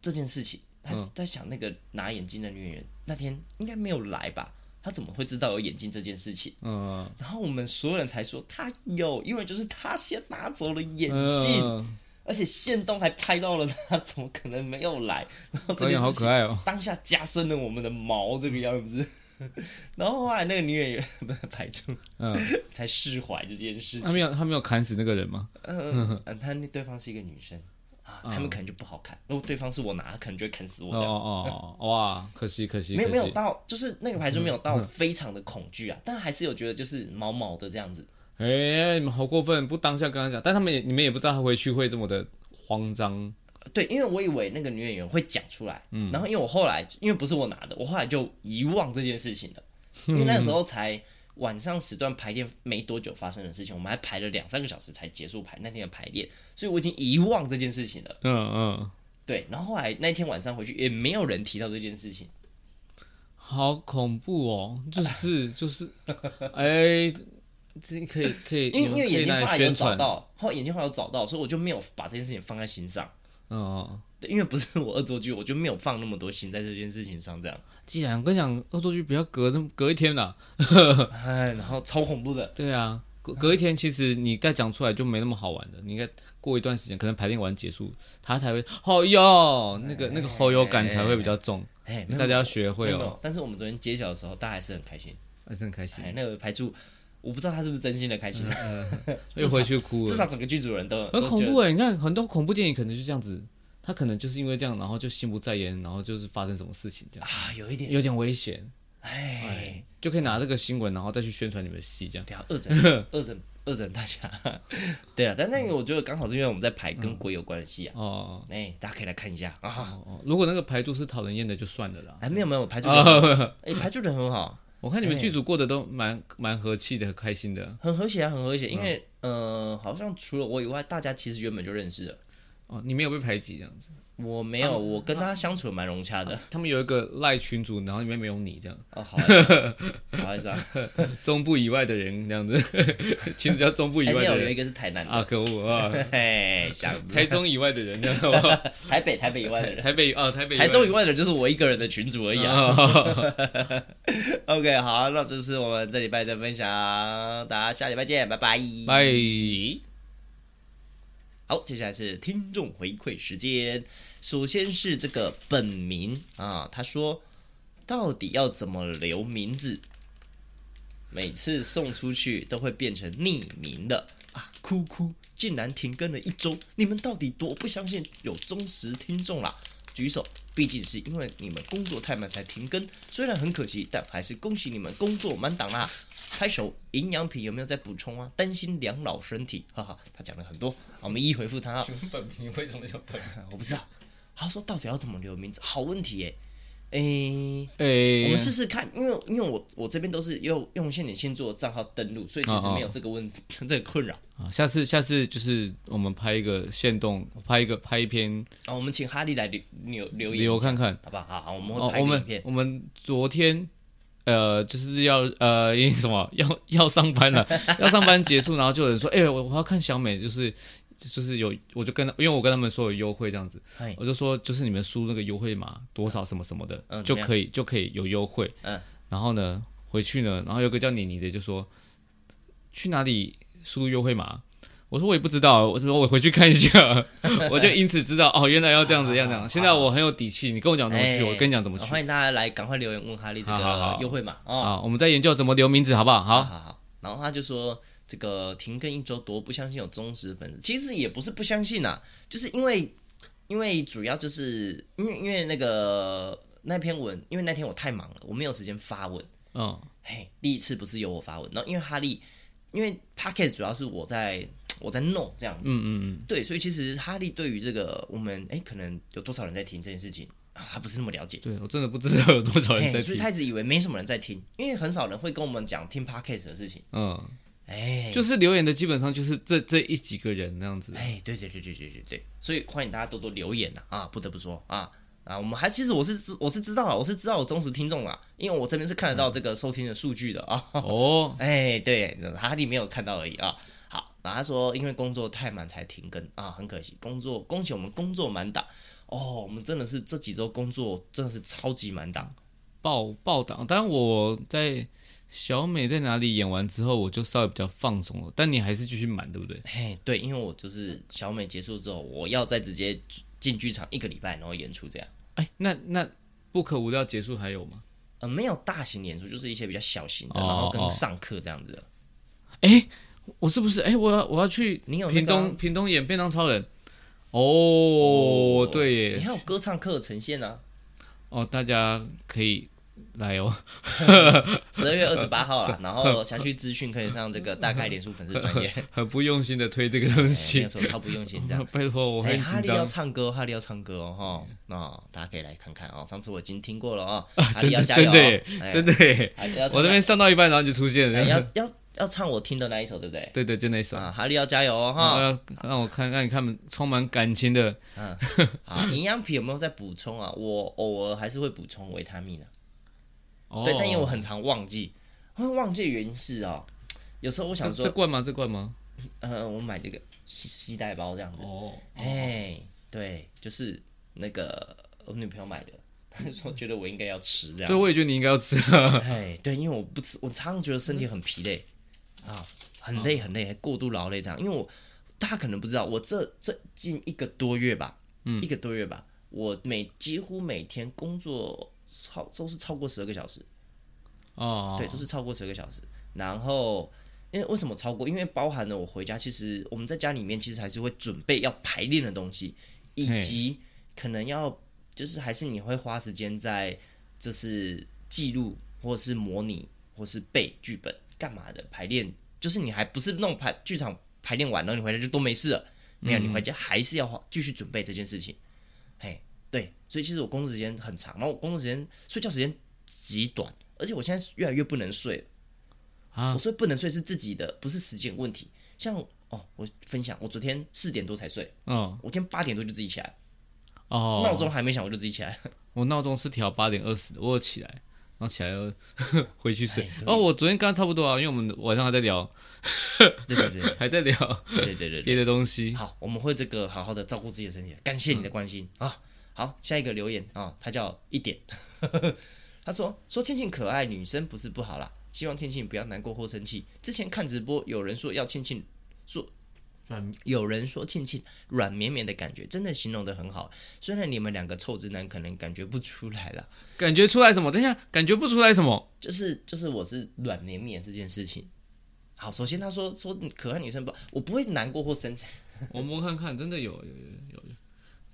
这件事情，
嗯
他在想那个拿眼镜的女演员、那天应该没有来吧？他怎么会知道有眼镜这件事情？
嗯，
然后我们所有人才说他有，因为就是他先拿走了眼镜，
嗯，
而且线动还拍到了他，怎么可能没有来？然后这
导
件
演好
事情
可爱哦。
当下加深了我们的毛这个样子。 然后后来那个女演员不是白珠，
嗯，
才释怀这件事
他
情。
没有他没有砍死那个人吗？
嗯， 嗯她那对方是一个女生啊，他们可能就不好看。如果对方是我拿，她可能就会砍死我
嗯哦
这样。
哦哦，哇，可惜可惜，
没有没
可惜嗯
有到，就是那个白珠没有到非常的恐惧啊，但还是有觉得就是毛毛的这样子。
哎、你们好过分！不当下跟他讲，但他们也你们也不知道他回去会这么的慌张。
对，因为我以为那个女演员会讲出来，
嗯
然后因为我后来因为不是我拿的，我后来就遗忘这件事情了，因为那个时候才晚上时段排练没多久发生的事情，我们还排了两三个小时才结束排那天的排练，所以我已经遗忘这件事情了。
嗯嗯，
对，然后后来那天晚上回去也没有人提到这件事情，
好恐怖哦！ 就是就是，哎、这可以可以，
因为因
你们
为
可
眼
以
睛
拿
后
来
来有
宣
找
传。
到，后来眼睛后来有找到，所以我就没有把这件事情放在心上。
嗯嗯，
对，因为不是我恶作剧，我就没有放那么多心在这件事情上，这 样。
既然跟你讲恶作剧，不要隔那么隔一天啦。
哎，然后超恐怖的，
对啊，
嗯
隔隔一天，其实你再讲出来就没那么好玩的。你应该过一段时间，可能排练完结束，他才会好哟，那个那个好哟感才会比较重。
哎，没有
大家要学会
没有没
哦，
有但是我们昨天揭晓的时候，大家还是很开心。
还是很开心
哎，，那个排柱，我不知道他是不是真心的开心，
又回去哭了
至。少整个剧组人都
很
都
恐
觉得
怖哎、你看很多恐怖电影可能就这样子，他可能就是因为这样，然后就心不在焉，然后就是发生什么事情这样，
啊，有一点
有点危险，
哎，
就可以拿这个新闻，然后再去宣传你们的戏这样。
不要恶整恶整恶整大家。 对啊，但那个我觉得刚好是因为我们在排
嗯
跟鬼有关的戏啊，
哦
哎，大家可以来看一下
哦
啊。
哦，如果那个排度是讨人厌的就算了啦。
哎，没哎有没有，排 柱人
啊，
哎排柱人很好，
我看你们剧组过得都蛮蛮和气的，很开心的。
很和谐啊，很和
嗯
谐。因为呃，好像除了我以外，大家其实原本就认识了。
哦，你没有被排挤这样子。
我没
啊
有，我跟他相处得蛮融洽的。
他们有一个赖群组，然后里面没有你这样，
哦，好意思啊，好意思啊。
中部以外的人这样子， 群主叫中部以
哎，
外
没有，
的
有一
人
个是台南的，
啊，可恶啊，
嘿， 想
台中以外的人这样好不 好，
台北台北以外的人。
台北啊，台 北
台中以
外
外的人就是我一个人的群主而已
的人
啊。
啊。
OK，好啊，那这是我们这礼拜的分享，大家下礼拜见，拜拜。
拜。
好，接下来是听众回馈时间。首先是这个本名啊，他说到底要怎么留名字？每次送出去都会变成匿名的啊！哭哭，竟然停更了一周，你们到底多不相信有忠实听众啦？举手，毕竟是因为你们工作太忙才停更，虽然很可惜，但还是恭喜你们工作满档啦！拍手，营养品有没有在补充啊？担心养老身体，哈哈，他讲了很多，好我们一一回复他啊。
请问本名为什么叫本名？
我不知道，他说到底要怎么留名字？好问题耶、诶、
诶、
我
啊
们试试看，因为因为我我这边都是用用现点现做的账号登录，所以其
哦
实没有这个问 这个困扰。
啊，下次下次就是我们拍一个线动，拍一个拍一篇
啊，我们请哈利来留留留言，
留看看。
好不好？好，好我们会
哦，
拍
我
个影
们
片。
我们昨天呃就是要呃因为什么要要上班了，要上班结束，然后就有人说，哎、我我要看小美，就是。就是有，我就跟他，因为我跟他们说有优惠这样子
嗨，
我就说就是你们输那个优惠码多少什么什么的，
嗯
就
怎么样
可以就可以有优惠。
嗯，
然后呢，回去呢，然后有个叫妮妮的就说去哪里输入优惠码，我说我也不知道，我说我回去看一下， 我就因此知道哦，原来要这样子，要这样。现在我很有底气，你跟我讲怎么去，
哎
我跟你讲怎么
好
去
欢迎大家来赶快留言问哈利这
好好
个
好
优惠码哦。
啊。我们再研究怎么留名字，好不好？
好
好，
好好。然后他就说这个停更一周多不相信有忠实粉丝，其实也不是不相信啊，就是因为因为主要就是因为因为那个那篇文，因为那天我太忙了，我没有时间发文。
嗯，
嘿，第一次不是由我发文，然后因为哈利，因为 p o c k e t 主要是我在我在弄这样子，嗯嗯嗯，对，所以其实哈利对于这个我们哎、可能有多少人在听这件事情啊，他不是那么了解。
对我真的不知道有多少人在
嘿，所以
听，
哎他一直以为没什么人在听，因为很少人会跟我们讲听 podcast 的事情。
嗯，
哎，
就是留言的基本上就是这这一几个人那样子。
哎，对对对对对对对，所以欢迎大家多多留言呐啊不得不说啊啊，我们还其实我是知我是知道了，我是知道我忠实听众啦，因为我这边是看得到这个收听的数据的啊。
哦，
哎，对，哈利没有看到而已啊。好，然后他说因为工作太满才停更啊，很可惜，工作恭喜我们工作满档。哦，我们真的是这几周工作真的是超级满档。
爆爆档。当然我在小美在哪里演完之后，我就稍微比较放松了。但你还是继续满，对不对？
嘿，对，因为我就是小美结束之后，我要再直接进剧场一个礼拜，然后演出这样。
哎，那那不可无聊结束还有吗？
呃，没有大型演出，就是一些比较小型的，
哦
然后
哦
跟上课这样子的。
哎，我是不是哎，我要我要去
你有那
屏
个啊
东屏东演便当超人？哦，对
你
耶，
还有歌唱课的呈现啊，
哦，大家可以来哦。
十二月二十八号啊 啦，然后详细资讯可以上这个大概脸书粉丝专业。哎
很不用心的推这个东
没
西
有，错，超不用心这样。
拜 托，我
哎、
很
哈
紧
利要
张。
唱歌哦，哈利要唱歌哦，哈，哦，大家可以来看看哦。上次我已经听过了 哦，哈利要
啊真的
加油、哦
真的耶，
哎
真的耶！
哈利要唱
我那边上到一半，然后就出现
哎
了。
要要要唱我听的那一首，对不对？
对对，就那首。
啊，哈利要加油哦， 哈、
然后要让我看，让你看充满感情的。
啊，营养品有没有在补充啊？我偶尔还是会补充维他命啊，
哦，
对，但因为我很常忘记，会忘记的原因是哦，有时候我
这
想
这
说，
罐吗？这罐吗？
呃，我买这个吸吸带包这样子，
哦，
哎、对，就是那个我女朋友买的，她说觉得我应该要吃这样
对，，我也觉得你应该要吃。啊
哎，对，因为我不吃，我常常觉得身体很疲累啊，很
嗯
累很累，还过度劳累这样。因为我大家可能不知道，我这这近一个多月吧，嗯，一个多月吧，我每几乎每天工作超都是超过十二个小时，
哦，
对，都是超过十二个小时。然后，因为为什么超过？因为包含了我回家，其实我们在家里面其实还是会准备要排练的东西，以
嘿
及可能要就是还是你会花时间在就是记录或是模拟或是背剧本干嘛的排练，就是你还不是弄排剧场排练完，然后你回家就都没事了，没有，你回家还是要花继续准备这件事情。嘿，对，所以其实我工作时间很长，然后我工作时间睡觉时间极短，而且我现在越来越不能睡了。
啊
我说不能睡是自己的，不是时间问题。像哦，我分享，我昨天四点多才睡，
嗯，
我今天八点多就自己起来，
哦，
闹钟还没响我就自己起 来。
我闹钟是调八点二十，我有起来，然后起来又 回去
哎
睡。哦，我昨天刚刚差不多啊，因为我们晚上还在聊，
对对对对
还在聊
对对对对
别的东西。
好，我们会这个好好的照顾自己的身体，感谢你的关心、啊。好，下一个留言啊，他叫一点， 他说说倩倩可爱，女生不是不好啦，希望倩倩不要难过或生气。之前看直播，有人说要倩倩说。软有人说倩倩软绵绵的感觉，真的形容的很好。虽然你们两个臭直男可能感觉不出来啦，
感觉出来什么？等一下，感觉不出来什么。
就是就是我是软绵绵这件事情。好，首先他说说可爱女生不，我不会难过或生气，
我摸看看，真的有有有有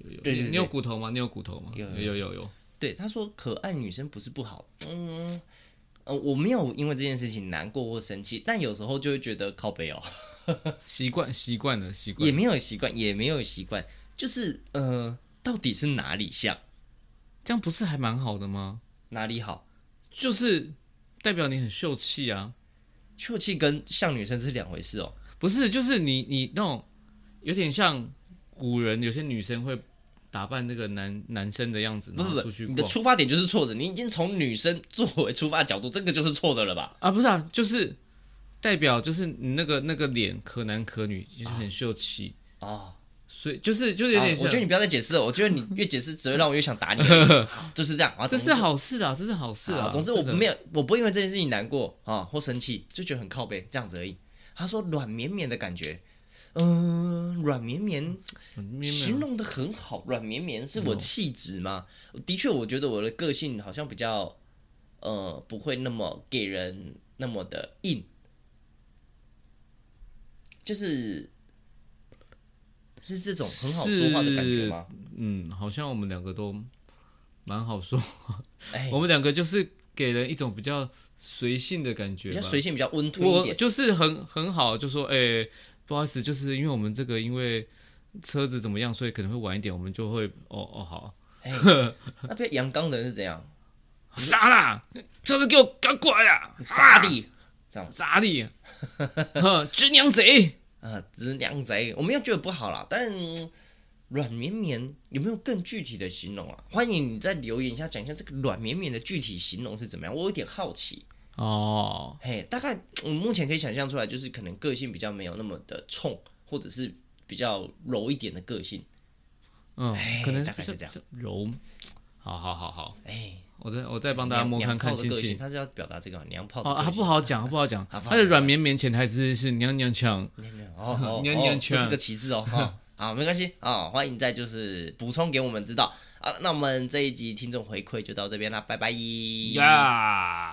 有有有。
对对对
你有骨头吗？你有骨头吗？
有
有有有有。
对，他说可爱女生不是不好，嗯，呃，我没有因为这件事情难过或生气，但有时候就会觉得靠北哦，
习惯习惯了，习惯
也。没有习惯，也没有习惯，就是呃，到底是哪里像，
这样不是还蛮好的吗？
哪里好？
就是代表你很秀气啊，
秀气跟像女生是两回事哦。
不是？就是你你那种有点像古人，有些女生会打扮那个男男生的样子，
不
然
不
后
不
出去，
你的
逛
出发点就是错的，你已经从女生作为出发角度，这个就是错的了吧？
啊，不是啊，就是代表就是你那个那个脸可男可女，就是很秀气，
啊、
所以就是就是有
啊
点
我
像
觉得。你不要再解释了，我觉得你越解释只会让我越想打你 而已，好就是这样啊，
这
总
是好事啊，这是好事啊。
总之我
真的
没有，我不会因为这件事情难过啊或生气，就觉得很靠背这样子而已。他说软绵绵的感觉，嗯、软绵绵
嗯没有没有
形容的很好，软绵绵是我气质吗？的确，我觉得我的个性好像比较呃不会那么给人那么的硬，就是是这种很好说话的感觉吗？
嗯，好像我们两个都蛮好说，
哎，
我们两个就是给人一种比较随性的感觉
比
吧
较。随性，比较温吞一
我
点。
就是很很好，就说哎、不好意思，就是因为我们这个因为车子怎么样，所以可能会晚一点，我们就会哦哦好，
那边阳刚的人是怎样？
傻啦，车子给我赶过 来啊，
咋地？
傻你， 呵，军娘贼，
啊，直娘仔，我没有觉得不好啦，但软绵绵有没有更具体的形容啊？欢迎你在留言一下讲一下这个软绵绵的具体形容是怎么样，我有点好奇。
哦，
嘿，大概我目前可以想象出来，就是可能个性比较没有那么的冲，或者是比较柔一点的个性。
嗯
哎，
可能
大概是这样
比较比较柔。好好好好，
哎，
我再我再帮大家摸
娘
看看
娘炮的
亲
个
戚
性，。他是要表达这个娘炮的
哦，
个
啊，
性
不好讲，不好讲。
啊不好
他的软绵绵潜台词是娘娘腔。
娘娘哦哦哦，
娘娘
这是
腔
个歧视哦。 哈啊，没关系啊、欢迎再就是补充给我们知道啊。那我们这一集听众回馈就到这边啦，拜拜。
呀。